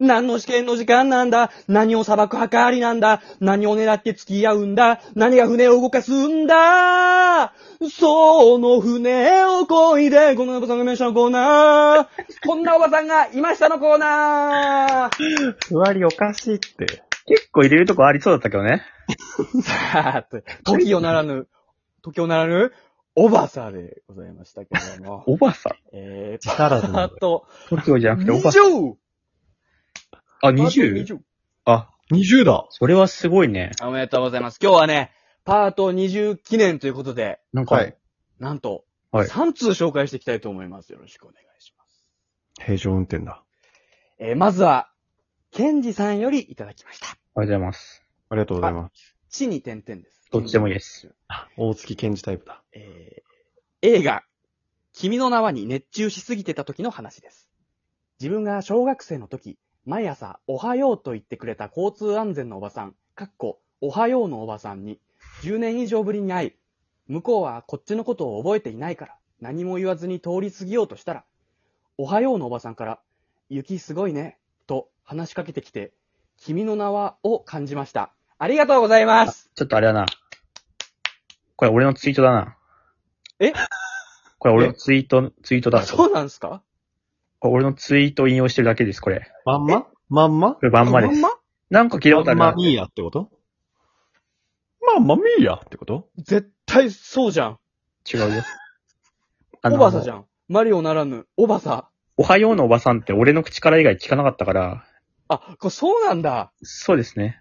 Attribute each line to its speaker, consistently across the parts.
Speaker 1: 何の試験の時間なんだ何を裁くはかりなんだ何を狙って付き合うんだ何が船を動かすんだその船を漕いで、このおばさんが名所のコーナーこんなおばさんがいましたのコーナー
Speaker 2: 座りおかしいって。結構入れるとこありそうだったけどね。
Speaker 1: さあ、と 時をならぬ、時をならぬ、おばさでございましたけれども。
Speaker 2: おばさん。
Speaker 1: えー、
Speaker 3: たらず
Speaker 1: パ
Speaker 3: の
Speaker 1: ート、
Speaker 2: 東京じゃなくておばさん。
Speaker 1: 20!
Speaker 2: あ、
Speaker 1: パート
Speaker 2: 20? あ、
Speaker 3: 20だ。
Speaker 2: それはすごいね。
Speaker 1: おめでとうございます。今日はね、パート20記念ということで、
Speaker 2: なんか、
Speaker 3: はい
Speaker 1: なんと、
Speaker 2: はい
Speaker 1: 3通紹介していきたいと思います。よろしくお願いします。
Speaker 3: 平常運転だ。
Speaker 1: えー、まずは、ケンジさんよりいただきました。
Speaker 2: ありがとうございます。
Speaker 3: ありがとうございます。
Speaker 1: 地に点々です。
Speaker 2: どっちでもいいです。
Speaker 3: 大月健二タイプだ。
Speaker 1: えー映画、君の名はに熱中しすぎてた時の話です。自分が小学生の時、毎朝、おはようと言ってくれた交通安全のおばさん、かっこ、おはようのおばさんに、10年以上ぶりに会い、向こうはこっちのことを覚えていないから、何も言わずに通り過ぎようとしたら、おはようのおばさんから、雪すごいね、と話しかけてきて、君の名はを感じました。ありがとうございます。
Speaker 2: ちょっとあれだな。これ俺のツイートだな。
Speaker 1: え
Speaker 2: これ俺のツイート、ツイートだ。
Speaker 1: そ
Speaker 2: こ
Speaker 1: うなんですか
Speaker 2: れ俺のツイート引用してるだけです、これ。
Speaker 3: まんままんま
Speaker 2: これまんまで
Speaker 1: ほん
Speaker 2: す。
Speaker 1: ま
Speaker 2: なんか聞いたことある
Speaker 3: ま。
Speaker 2: なん
Speaker 3: まみーやってことまんまみーやってこと
Speaker 1: 絶対そうじゃん。
Speaker 2: 違うよ。あ
Speaker 1: お
Speaker 2: の
Speaker 1: ばさじゃん。マリオならぬ、おばさ。
Speaker 2: おはようのおばさんって俺の口から以外聞かなかったから、
Speaker 1: あ、これそうなんだ。
Speaker 2: そうですね。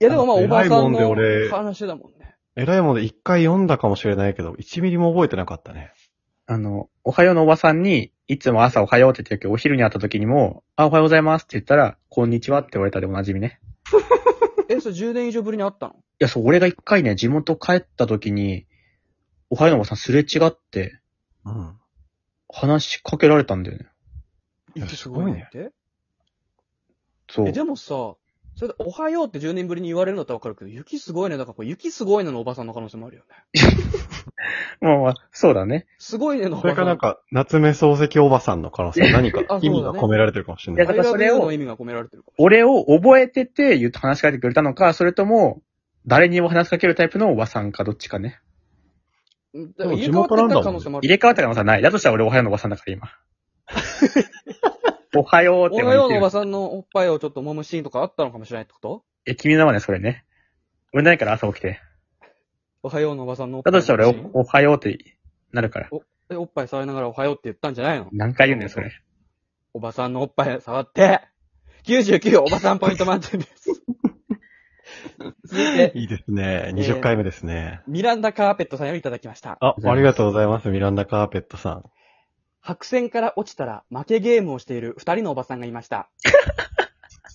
Speaker 1: いやでもまあ、
Speaker 3: あ
Speaker 1: おばさん
Speaker 3: 偉いもんで
Speaker 1: の
Speaker 3: 俺
Speaker 1: 話だもんね。
Speaker 3: えらいもので一回読んだかもしれないけど、一ミリも覚えてなかったね。
Speaker 2: あの、おはようのおばさんに、いつも朝おはようって言ってるけど、お昼に会った時にも、あ、おはようございますって言ったら、こんにちはって言われたでおなじみね。
Speaker 1: え、それ10年以上ぶりに会ったの
Speaker 2: いや、そう、俺が一回ね、地元帰った時に、おはようのおばさんすれ違って、
Speaker 3: うん。
Speaker 2: 話しかけられたんだよね。
Speaker 3: いや
Speaker 1: ってすごいねって。
Speaker 2: そう
Speaker 1: え、。でもさ、それで、おはようって10年ぶりに言われるんだったらわかるけど、雪すごいね。だからこれ、雪すごいねのおばさんの可能性もあるよね。
Speaker 2: まあまあ、そうだね。
Speaker 1: すごいねのお
Speaker 3: それ
Speaker 1: ばさ
Speaker 3: か
Speaker 1: ん。
Speaker 3: なんか、夏目漱石おばさんの可能 性、何か
Speaker 1: そうだね
Speaker 3: 意味が込められてるかもしれないい
Speaker 2: や。だ
Speaker 1: だからら
Speaker 2: かそ
Speaker 1: そ
Speaker 2: れ
Speaker 1: れ
Speaker 2: を
Speaker 1: を。の意味が込められてるかも
Speaker 2: 俺を覚えてて、言うと話しかけてくれたのか、それとも、誰にも話しかけるタイプのおばさんか、どっちかね。
Speaker 1: うんだか
Speaker 3: で
Speaker 1: ら入れ替
Speaker 3: も
Speaker 1: わってた可能性もある。
Speaker 2: 入れ替わった可能性はない。だとしたら俺おはようのおばさんだか ら、今。おはようって
Speaker 1: お
Speaker 2: 言わ
Speaker 1: は
Speaker 2: れ
Speaker 1: よう
Speaker 2: て
Speaker 1: のお
Speaker 2: る
Speaker 1: ばさんのおっぱいをちょっと揉むシーンとかあったのかもしれないってこと
Speaker 2: え、君の名はね、それね。俺ないから朝起きて。
Speaker 1: おはようのおばさんのおっぱ
Speaker 2: だ
Speaker 1: い揉
Speaker 2: と
Speaker 1: むシ
Speaker 2: した
Speaker 1: ーン。
Speaker 2: ら俺お、おはようってなるから。
Speaker 1: えおっぱい触りながらおはようって言ったんじゃないの
Speaker 2: 何回言うんだよ、それ。
Speaker 1: おばさんのおっぱい触って、99おばさんポイント満点です。続いて、
Speaker 3: いいですね。20回目ですね。
Speaker 1: ミランダカーペットさんよりいただきました。
Speaker 3: あ、ありがとうございます、ミランダカーペットさん。
Speaker 1: 白線から落ちたら負けゲームをしている二人のおばさんがいました。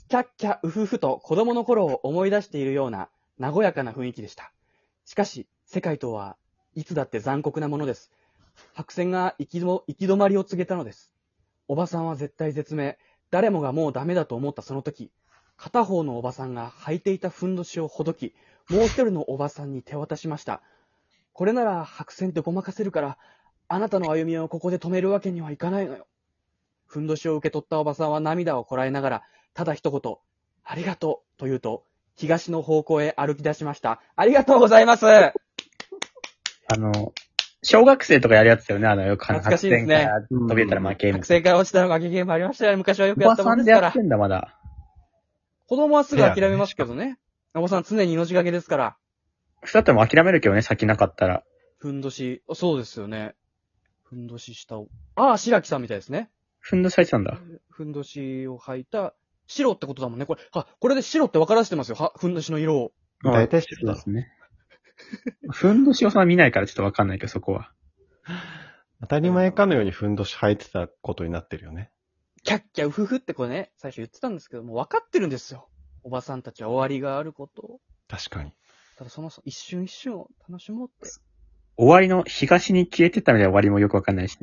Speaker 1: キャッキャウフフと子供の頃を思い出しているような和やかな雰囲気でした。しかし、世界とはいつだって残酷なものです。白線が行きど行き止まりを告げたのです。おばさんは絶対絶命。誰もがもうダメだと思ったその時、片方のおばさんが履いていたふんどしをほどき、もう一人のおばさんに手渡しました。これなら白線でごまかせるから、あなたの歩みをここで止めるわけにはいかないのよ。ふんどしを受け取ったおばさんは涙をこらえながら、ただ一言、ありがとうと言うと、東の方向へ歩き出しました。ありがとうございます
Speaker 2: あの、小学生とかやるやつだよね、あの、よく話
Speaker 1: 懐かしいですね
Speaker 2: から飛び出たら負けみ
Speaker 1: 学
Speaker 2: たい
Speaker 1: 生から落ちたら負けゲームありましたよね。昔はよく
Speaker 2: な。
Speaker 1: や
Speaker 2: お
Speaker 1: っ
Speaker 2: ば
Speaker 1: た
Speaker 2: さ
Speaker 1: も
Speaker 2: ん
Speaker 1: ん
Speaker 2: で
Speaker 1: ですか
Speaker 2: やっ
Speaker 1: ら
Speaker 2: て。んだ、まだ。
Speaker 1: 子供はすぐ諦めますけどね。おばさん常に命がけですから。
Speaker 2: ふたっても諦めるけどね、先なかったら。
Speaker 1: ふんどし、そうですよね。ふんどししたお、ああ、白木さんみたいですね。
Speaker 2: ふんどしされてたんだ。
Speaker 1: ふんどしを履いた、白ってことだもんね。これ、あ、これで白って分からせてますよ。は、ふんどしの色を。
Speaker 3: 大体知って
Speaker 2: そう
Speaker 3: た
Speaker 2: ですね。ふんどしをさ、見ないからちょっとわかんないけど、そこは。
Speaker 3: 当たり前かのようにふんどし履いてたことになってるよね。
Speaker 1: キャッキャウフフってこれね、最初言ってたんですけど、もう分かってるんですよ。おばさんたちは終わりがあることを。
Speaker 3: 確かに。
Speaker 1: ただその一瞬一瞬を楽しもうって。
Speaker 2: 終わりの東に消えてったみたいな終わりもよくわかんないし。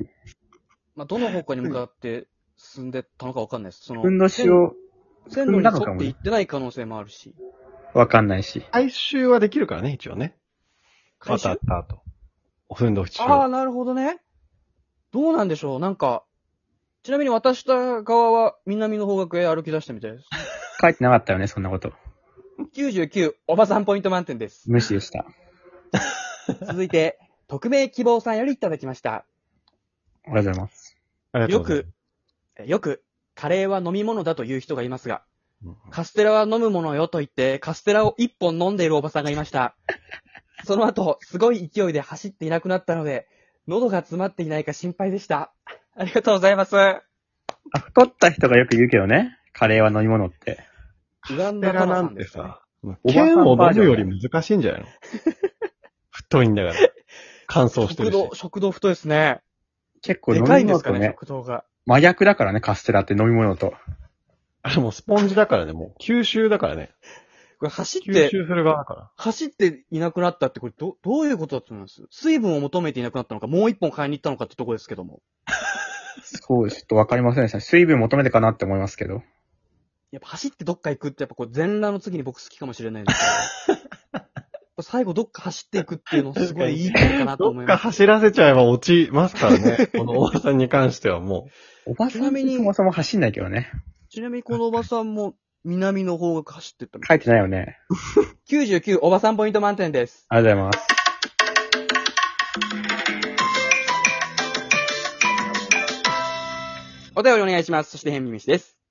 Speaker 1: まあ、どの方向に向かって進んでったのか分かんないです。その、
Speaker 2: ふんどしを
Speaker 1: 線路に沿って行ってない可能性もあるし。
Speaker 2: わかんないし。
Speaker 3: 回収はできるからね、一応ね。
Speaker 1: 回収
Speaker 3: またあった後。ふんどし
Speaker 1: ああ、
Speaker 3: を。
Speaker 1: なるほどね。どうなんでしょうなんか、ちなみに渡した側は南の方角へ歩き出したみたいです。
Speaker 2: 書いてなかったよね、そんなこと。
Speaker 1: 99、おばさんポイント満点です。
Speaker 2: 無視でした。
Speaker 1: 続いて、匿名希望さんよりいただきました。
Speaker 2: おはようございます。
Speaker 3: ありがとう
Speaker 1: よ
Speaker 3: ござい
Speaker 1: く、えよく、カレーは飲み物だという人がいますが、
Speaker 3: ます。
Speaker 1: カステラは飲むものよと言って、カステラを一本飲んでいるおばさんがいま した。その後、すごい勢いで走っていなくなったので、喉が詰まっていないか心配でした。ありがとうございます。
Speaker 2: あ、太った人がよく言うけどね。カレーは飲み物って。
Speaker 1: ウガンダ
Speaker 3: カステ
Speaker 1: パ
Speaker 3: ラな
Speaker 1: ナさ
Speaker 3: ん
Speaker 1: んで
Speaker 3: て
Speaker 1: すかね
Speaker 3: さ、剣を飲むより
Speaker 2: も。
Speaker 3: 難しいんじゃないの 太いんだから。乾燥して
Speaker 1: 食
Speaker 3: るし
Speaker 1: 堂、。食堂太いですね。
Speaker 2: 結構
Speaker 1: で
Speaker 2: 飲
Speaker 1: か
Speaker 2: み
Speaker 1: いんで
Speaker 2: 物
Speaker 1: すか
Speaker 2: と
Speaker 1: ね、
Speaker 2: ね、
Speaker 1: 食堂が。
Speaker 2: 真逆だからね、カステラって飲み物と。
Speaker 3: あれもうスポンジだからね、もう吸収だからね。
Speaker 1: これ走っ
Speaker 3: 吸
Speaker 1: て、
Speaker 3: 収する側だから。
Speaker 1: 走っていなくなったって、これど、どういうことだと思います水分を求めていなくなったのか、もう一本買いに行ったのかってとこですけども。
Speaker 2: そう、ちょっとわかりませんでした。水分求めてかなって思いますけど。
Speaker 1: やっぱ走ってどっか行くって、やっぱこう全裸の次に僕好きかもしれないです けどやっぱ最後どっか走っていくっていうのすごいいい点かなと
Speaker 3: ど
Speaker 1: 思
Speaker 3: っ
Speaker 1: い
Speaker 3: か
Speaker 1: ます。
Speaker 3: 走らせちゃえば落ちますからね。このおばさんに関してはも
Speaker 2: おばさんってそもそも走んないけどね。
Speaker 1: ちなみにこのおばさんも南の方角走ってったみたい
Speaker 2: 書いてないよね。
Speaker 1: 99おばさんポイント満点です。
Speaker 2: ありがとうございます。
Speaker 1: お便りお願いします。そして変身飯です。